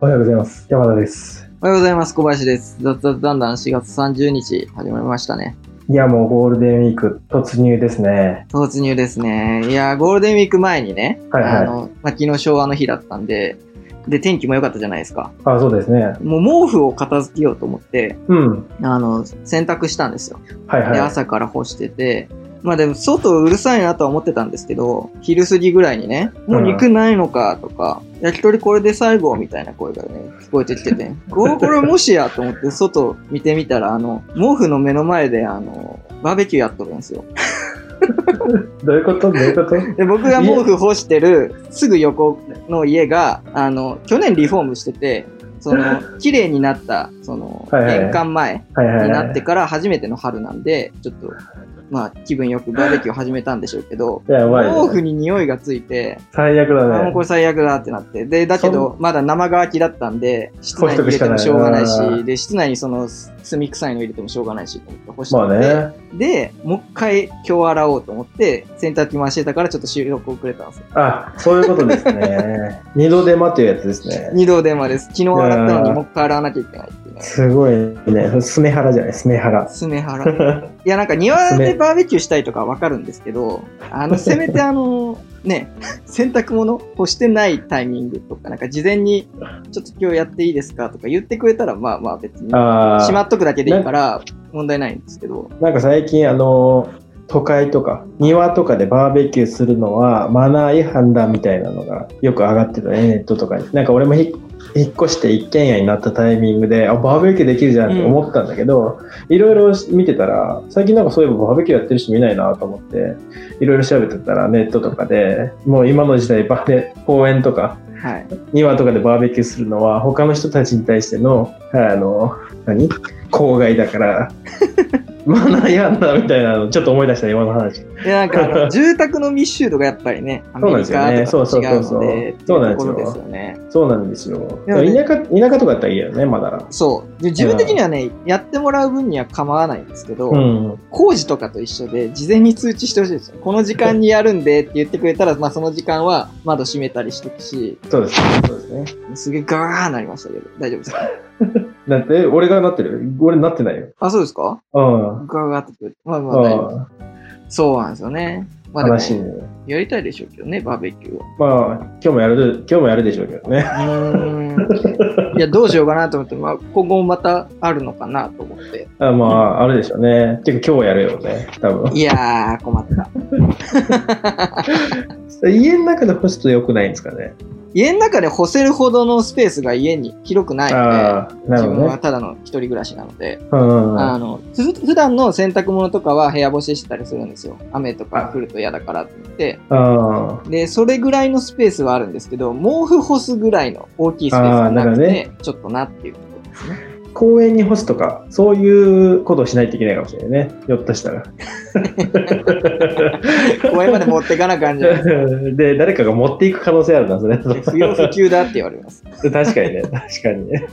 おはようございます。山田です。おはようございます。小林です。雑雑だんだん4月30日始まりましたね。いや、もうゴールデンウィーク突入ですね。突入ですね。いやー、ゴールデンウィーク前にね、はいはいあの、まあ、昨日昭和の日だったんで、で、天気も良かったじゃないですか。あ、そうですね。もう毛布を片付けようと思って、うん。あの、洗濯したんですよ。はいはい。で、朝から干してて、まあでも、外うるさいなとは思ってたんですけど、昼過ぎぐらいにね、もう肉ないのかとか、焼き鳥これで最後みたいな声がね、聞こえてきて て、おーこれもしやと思って外見てみたら、あの、毛布の目の前で、あの、バーベキューやっとるんですよ。どういうことどういう ことで、僕が毛布干してるすぐ横の家が、あの、去年リフォームしてて、そ の、綺麗になった、その、はいはい玄関前はいはい、はい。になってから初めての春なんで、ちょっと、まあ、気分よくバーベキューを始めたんでしょうけど、いや、やばいよ毛布に匂いがついて、最悪あだもねうこ。れ最悪だってなって。で、だけど、まだ生乾きだったんで、室内に入れてもしょうがない干しとくしかないし、で、室内にその、炭臭いの入れてもしょうがないし、と思って干してまあて、ね。で、もう一回今日洗おうと思って、洗濯機回してたからちょっと収録遅れたんですよ。あ、そういうことです ね。二度手間というやつですね。二度手間です。昨日洗ったのいやーにもう一回洗わなきゃいけないっていうね。すごいね。スメハラじゃない、スメハラ。スネハラ。いや、なんか庭でバーベキューしたいとかわかるんですけど、あの、せめてあの、ね、洗濯物干してないタイミングとか、なんか事前に、ちょっと今日やっていいですかとか言ってくれたら、まあまあ別に、しあまあ。っとくだけでいいから、問題ないんですけど、なんか最近、あの、都会とか庭とかでバーベキューするのはマナー違反だみたいなのがよく上がってたね、ネットとかに。なんか俺もひ引っ越して一軒家になったタイミングで、あ、バーベキューできるじゃんって思ったんだけど、いろいろ見てたら、最近なんかそういえばバーベキューやってる人見ないなと思って、いろいろ調べてたらネットとかで、もう今の時代バーで公園とかはい。庭とかでバーベキューするのは他の人たちに対してのあの何公害だから マナー違反だみたいなのちょっと思い出した今の話で、なんかあの、住宅の密集度がやっぱりね、アメリカとかと違うので、っていそうなんうですとよころですよね。そうなんですよでもね田舎田舎とかだったらいいよねまだそう。で、自分的にはね、やってもらう分には構わないんですけど、うん工事とかと一緒で、事前に通知してほしいですよ。この時間にやるんでって言ってくれたら、まあその時間は窓閉めたりしとくし、そうですねそうですねすげえガーなりましたけど、大丈夫ですかだって俺がなってる俺なってないよあ、そうですかうんガーガーってくれて。まあまあ大丈夫。うんそうなんですよね。まあで悲しいも、ねやりたいでしょうけどね、バーベキューまあ今日もやる今日もやるでしょうけどねは。うーん。いや、どうしようかなと思って、まあ今後もまたあるのかなと思って。あまああるでしょうねていうか今日はやるよね多分いやー、困った。家の中で干すと良くないんですかね家の中で干せるほどのスペースが家に広くないので、ああな自るほ分どはねただの一人暮らしなので、うんあのふ普段の洗濯物とかは部屋干ししてたりするんですよ。雨とか降ると嫌だからって言って。あで、それぐらいのスペースはあるんですけど、毛布干すぐらいの大きいスペースがなくて、あーなるちょっとなっていうことですね。あ公園に干すとかそういうことをしないといけないかもしれないねよっと したら公園まで持っていかな感じ ゃないでで誰かが持っていく可能性あるなそれすか。不要不急だって言われます。確かにね確かにね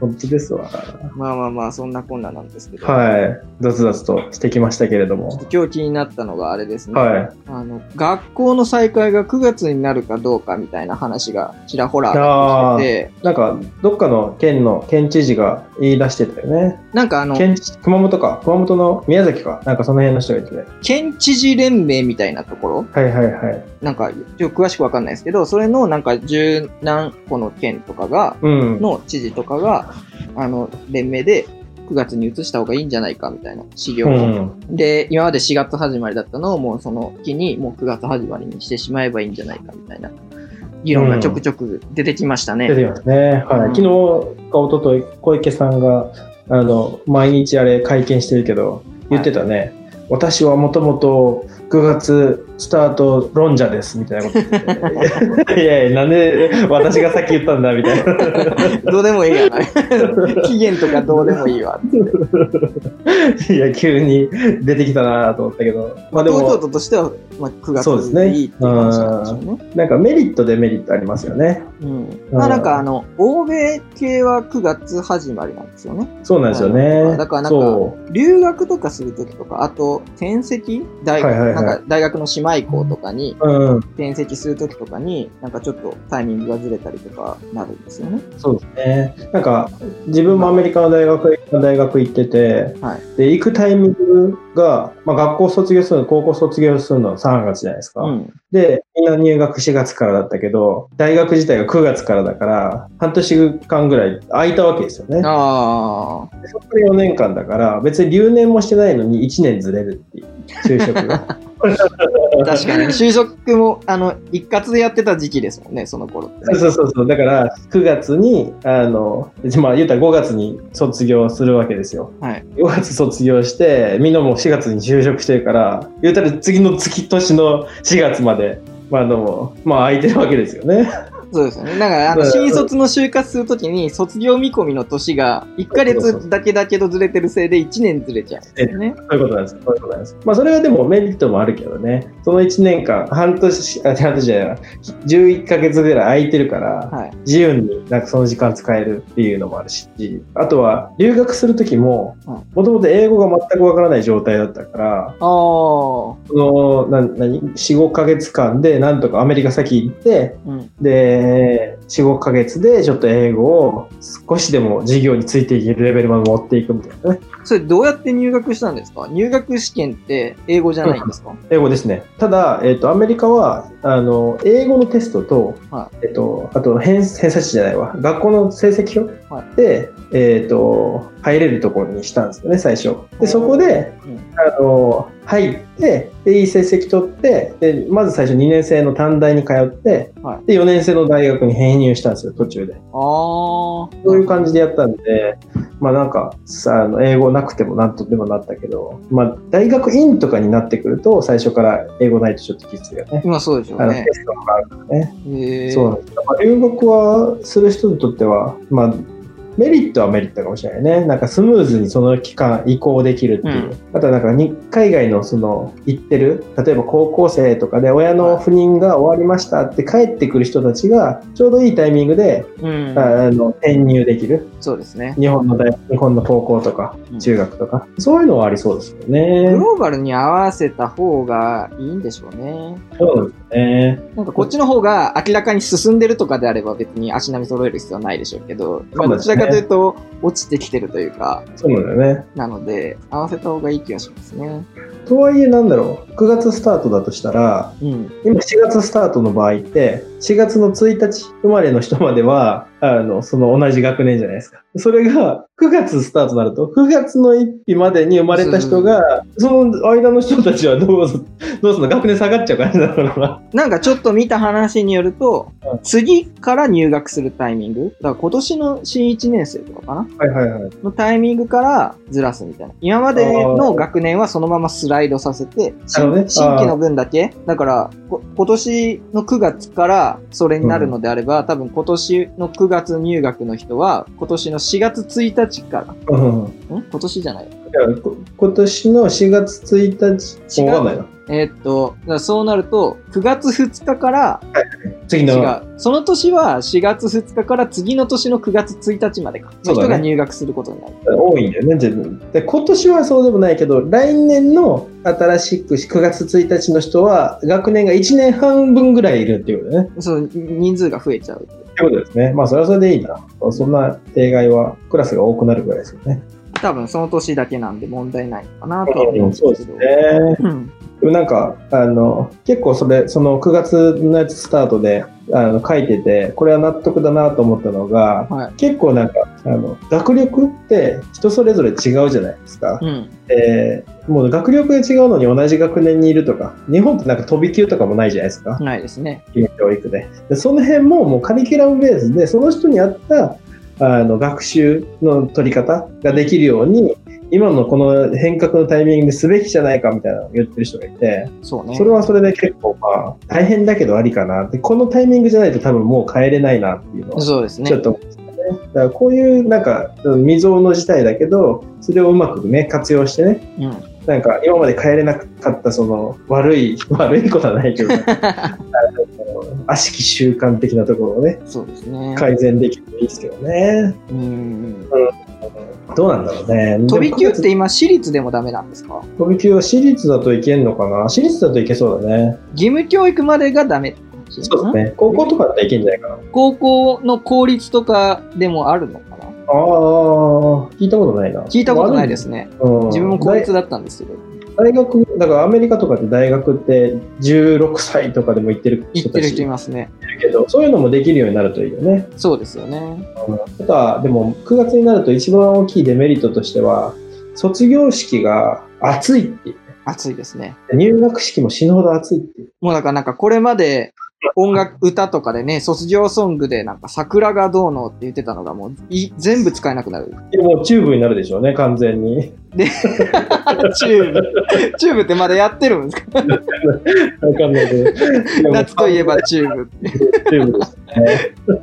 本当ですわまあまあまあ、そんなこんななんですけど。はい雑々としてきましたけれども今日気になったのがあれですね、はいあの学校の再開が9月になるかどうかみたいな話がちらほらあ出ーてきてなんかどっかの県の県知事が言い出してたよねてなんかあの県知熊本か熊本の宮崎かなんかその辺の人が言ってて県知事連盟みたいなところはいはいはいなんか、ちょっと詳しくわかんないですけど、それのなんか十何個の県とかが、うんの知事とかが、あの、連名で9月に移した方がいいんじゃないかみたいな資料うを、ん、で、今まで4月始まりだったのをもうその期にもう9月始まりにしてしまえばいいんじゃないかみたいな議論がちょくちょく出てきましたね。出てますね、はいうん昨日か一昨日小池さんがあの毎日あれ会見してるけど言ってたね、私はもともと9月スタート論者ですみたいなこと言って ていやいやなんで私が先言ったんだみたいなどうでもいい やな。期限とかどうでもいいわ。いや急に出てきたなと思ったけどまあで東京も都としては、まあ、9そうで月すねでいいっていう話なんでしょうね。なんかメリットデメリットありますよねうん、まあなんかあの、欧米系は9月始まりなんですよね。そうなんですよねあだからなんかそ留学とかするときとか、あと、転籍大,、はいはいはいなんか大学の姉妹ない子とかに、うんうん、転籍するときとかに、なんかちょっとタイミングがずれたりとかなるんですよね。そうですね。なんか、自分もアメリカの大学、大学行ってて、はいで、行くタイミングが、まあ、学校卒業するの、高校卒業するの3月じゃないですか。うん。で、みんな入学4月からだったけど、大学自体が9月からだから、半年間ぐらい空いたわけですよね。ああ、でそこから4年間だから、別に留年もしてないのに1年ずれるっていう、就職が。確かに。就職も、あの、一括でやってた時期ですもんね、その頃って。そうそうそうそう。だから、9月に、あの、まあ、言うたら5月に卒業するわけですよ。はい。 5月卒業して、みんなもう4月に就職してるから、言うたら次の月年の4月まで、まあ、あの、まあ、空いてるわけですよね。そうですよね。だから、あのうん新卒の就活するときに、卒業見込みの年が、1ヶ月だけだけどずれてるせいで1年ずれちゃうんですよね。そういうことなんです。そういうことなんです。まあ、それはでもメリットもあるけどね、その1年間、半年、あ、半年じゃない、11ヶ月ぐらい空いてるから、はい。自由になんかその時間使えるっていうのもあるし、あとは留学する時もうん、もともと英語が全くわからない状態だったから、ああ、その、な、なに、4、5ヶ月間でなんとかアメリカ先行って、うん。で、4、5ヶ月でちょっと英語を少しでも授業についていけるレベルまで持っていくみたいなね。それどうやって入学したんですか入学試験って英語じゃないんですか、英語ですね。ただ、えっ、と、アメリカは、あの、英語のテストと、はえっ、と、あと偏、偏差値じゃないわ。学校の成績表、はで、えっ、と、入れるところにしたんですよね、最初。おーで、そこで、うんあの、入って、で、いい成績取って、で、まず最初2年生の短大に通って、はいで、4年生の大学に編入したんですよ、途中で。ああ。そういう感じでやったんで、まあなんか、さあの英語なくてもなんとでもなったけど、まあ大学院とかになってくると、最初から英語ないとちょっときついよね。今そうでしょあうのねテ。ストがあるからね。へえそうなんです。まあ留学はする人にとっては、まあメリットはメリットかもしれないね。なんかスムーズにその期間移行できるっていう。あとはなんかに海外のその行ってる、例えば高校生とかで親の赴任が終わりましたって帰ってくる人たちがちょうどいいタイミングで、うん、あの転入できる。そうですね。日本の大日本の高校とかうん中学とか、そういうのはありそうですよグね。ローバルに合わせた方がいいんでしょうね。そうですね。なんかこっちの方が明らかに進んでるとかであれば別に足並み揃える必要はないでしょうけど、まそあうどでちすねらかというと落ちてきてるというか、そうなんだよね。なので合わせた方がいい気がしますね。とはいえなんだろう、9月スタートだとしたら、うん。今4月スタートの場合って、4月の1日生まれの人までは、あの、その同じ学年じゃないですか。それが9月スタートになると、9月の1日までに生まれた人が、その間の人たちはどうす、どうすんの学年下がっちゃう感じなのかな。なんかちょっと見た話によると、う次から入学するタイミング、だから今年の新1年生とかかなはいはいはい。のタイミングからずらすみたいな。今までの学年はそのままスライドさせなて、る新ほどね新規の分だけ。だから、こ今年の9月からそれになるのであれば、多分今年の9月入学の人は、今年の4月1日から、うん。ん今年じゃない。いやこ今年の4月1日、違うわかんないな。えーっと、だからそうなると、9月2日から、次違の。う。その年は4月2日から次の年の9月1日までか。そうだねの人が入学することになる。多いんだよね、全部。で、今年はそうでもないけど、来年の新しく9月1日の人は、学年が1年半分ぐらいいるっていうことね。そう、人数が増えちゃう。ってことですね。まあ、それはそれでいいな。そんな例外は、クラスが多くなるぐらいですよね。多分その年だけなんで問題ないのかなとは思うんですそうでけすど。ね。うんでもなんか、あの、結構それ、その9月のやつスタートで、あの、書いてて、これは納得だなと思ったのが、はい。結構なんか、あの、学力って人それぞれ違うじゃないですか。うん。えーもう学力が違うのに同じ学年にいるとか、日本ってなんか飛び級とかもないじゃないですか、ないですね。義務教育で。でその辺ももうカリキュラムベースで、その人に合ったあの学習の取り方ができるように、今のこの変革のタイミングですべきじゃないかみたいなのを言ってる人がいて、そうね。それはそれで結構まあ大変だけどありかなって、このタイミングじゃないと多分もう変えれないなっていうのをそうですちょっね。と思うんですよね。だからこういうなんか未曾有の事態だけど、それをうまくね、活用してね、うん。 なんか今まで帰れなかったその悪い 悪いことはないけ どあの悪しき習慣的なところをねそうですね。改善できるといいですけどねうん。どうなんだろうね。飛び級っでて今、私立でもダメなんですかも飛び級は私立だといけんのかな私立だといけそうだね。義務教育までがダメってことですねそうですね。高校とかだったらいけんじゃないかな。あ高校の公立とかでもあるのかなあ、聞いたことないな。聞いたことないですね。うん。自分も公立だったんですけど。大学、だからアメリカとかって大学って16歳とかでも行ってる行人ったてるちい人いるますね。けど、そういうのもできるようになるといいよね。そうですよね。あとは、でも9月になると一番大きいデメリットとしては、卒業式が暑いっていう。暑いですね。入学式も死ぬほど暑いっていう。もうだからなんかこれまで音楽、歌とかでね、卒業ソングでなんか桜がどうのって言ってたのがもうい全部使えなく なる。でもうチューブになるでしょうね、完全に。チューブ。チューブってまだやってるんですかわかんないけど。 夏といえば。ばチューブ。チューブですね。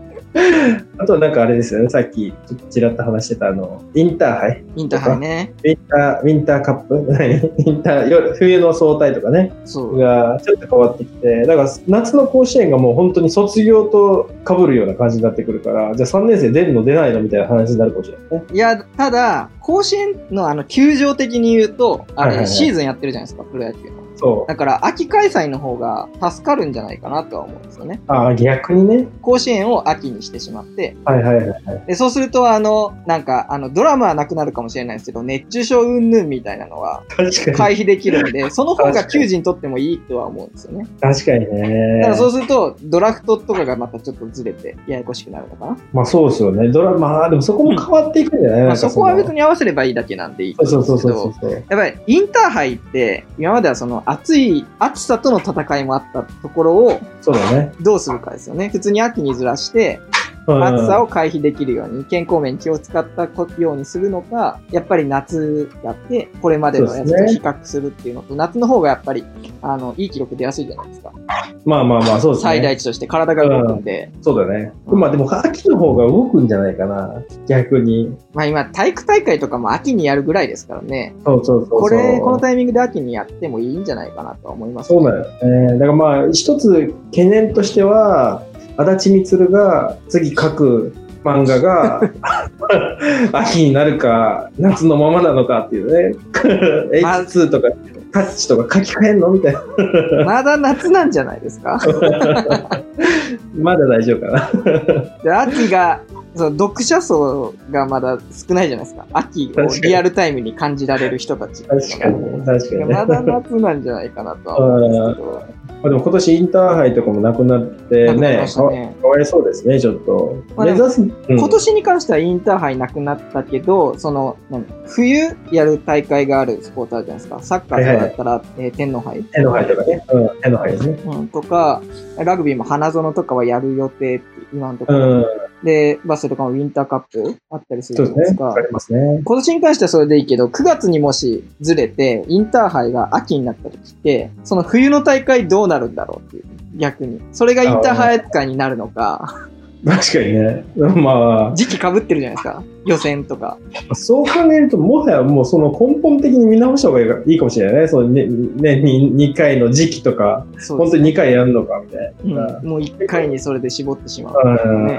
あとはなんかあれですよね、さっきちらっと話してたあの、インターハイインターハイね。ウィンター、ウィンターカップ ウィンター、夜冬の総体とかね、そう。がちょっと変わってきて、だから夏の甲子園がもう本当に卒業と被るような感じになってくるから、じゃあ3年生出るの出ないのみたいな話になるかもしれないね。いや、ただ、甲子園のあの、球場的に言うと、あはいはいはれ、いシーズンやってるじゃないですか、プロ野球。そう。だから、秋開催の方が助かるんじゃないかなとは思うんですよね。ああ、逆にね。甲子園を秋にしてしまって、はいはいはい。でそうすると、あの、なんか、あの、ドラマはなくなるかもしれないですけど、熱中症云々みたいなのは確かに。回避できるん で、その方が確かに球児にとってもいいとは思うんですよね。確かにだねか。らそうすると、ドラフトとかがまたちょっとずれて、ややこしくなるのかな。まあそうですよね。ドラマ、でもそこも変わっていくんじゃない、まなあ、んそかこは別に。に合わせればいいだけなんでいいと思そううんでそうすけそうそうそど。う。やっぱりインターハイって今まではその暑い暑さとの戦いもあったところをそうだね。どうするかですよね普通に秋にずらしてうん暑さを回避できるように健康面に気を使ったようにするのかやっぱり夏やってこれまでのやつと比較するっていうのと夏の方がやっぱりあのいい記録出やすいじゃないですかまあまあまあ、そうですね。最大値として体が動くんでそうだね。まあでも秋の方が動くんじゃないかな。逆に。まあ今体育大会とかも秋にやるぐらいですからねそうそうそうそう。これこのタイミングで秋にやってもいいんじゃないかなとは思いますそうなんですね。だからまあ、一つ懸念としては、足立みつるが次書く漫画が 秋になるか、夏のままなのかっていうね、 まあ H2 とか、タッチとか書き換えんのみたいな、まだ夏なんじゃないですかまだ大丈夫かな。で秋がそう読者層がまだ少ないじゃないですか秋を確かにリアルタイムに感じられる人たち確かに、確かにね。まだ夏なんじゃないかなとは思うん ですまあでも今年インターハイとかもなくなってけね、ど、なくなりましたねかかわいそうですね、ちょっと。まあで目も指す、うん今年に関してはインターハイなくなったけど、その、何冬やる大会があるスポーツあるじゃないですか。サッカーとかだったら、えー天皇杯、手のハイとかね、うん、手のハイですね。うん、とか、ラグビーも花園とかはやる予定って、今のとこうろ。ん、で、バスケとかもウィンターカップあったりするそうじでゃすないですね。かわか。りますね。今年に関してはそれでいいけど、9月にもしずれて、インターハイが秋になった時って、その冬の大会どうなるんだろうっていう、逆に。それがインターハイ扱いになるのか、確かにね。ま時期かぶってるじゃないですか。予選とか。あ、そう考えると、もはやもうその根本的に見直した方がいいかもしれないね。そのね年に2回の時期とか、そうで本す当に2回やるのかみたいな。うん、もう1回にそれで絞ってしまう。うん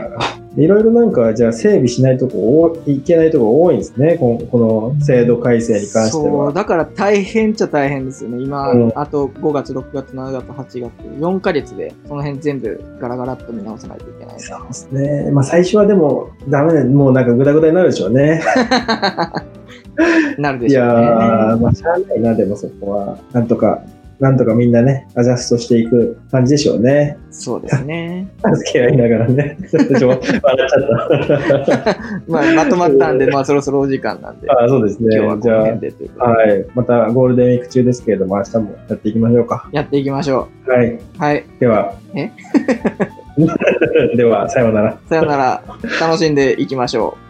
いろいろなんか、じゃあ整備しないとこ多い、いけないとこ多いんですね。このこの制度改正に関してそう、は。だから大変っちゃ大変ですよね。今、うんあと5月、6月、7月、8月、4ヶ月で、その辺全部ガラガラっと見直さないといけない。そうですね。まあ最初はでも、ダメだ。もうなんかグダグダになるでしょうね。なるでいしょやうね。ー、まあしゃあないな、でもそこは。なんとか、なんとかみんなね、アジャストしていく感じでしょうね。そうですね。助け合いながらね。 私も笑っちゃった。 まあ、まとまったんで、まあ、そろそろお時間なんで、あそうですね今日は。こじゃのあ辺、でということで、はい。またゴールデンウィーク中ですけれども、明日もやっていきましょうか。やっていきましょはい。う。はい、では。え では、さようなら。さよなら、楽しんでいきましょう。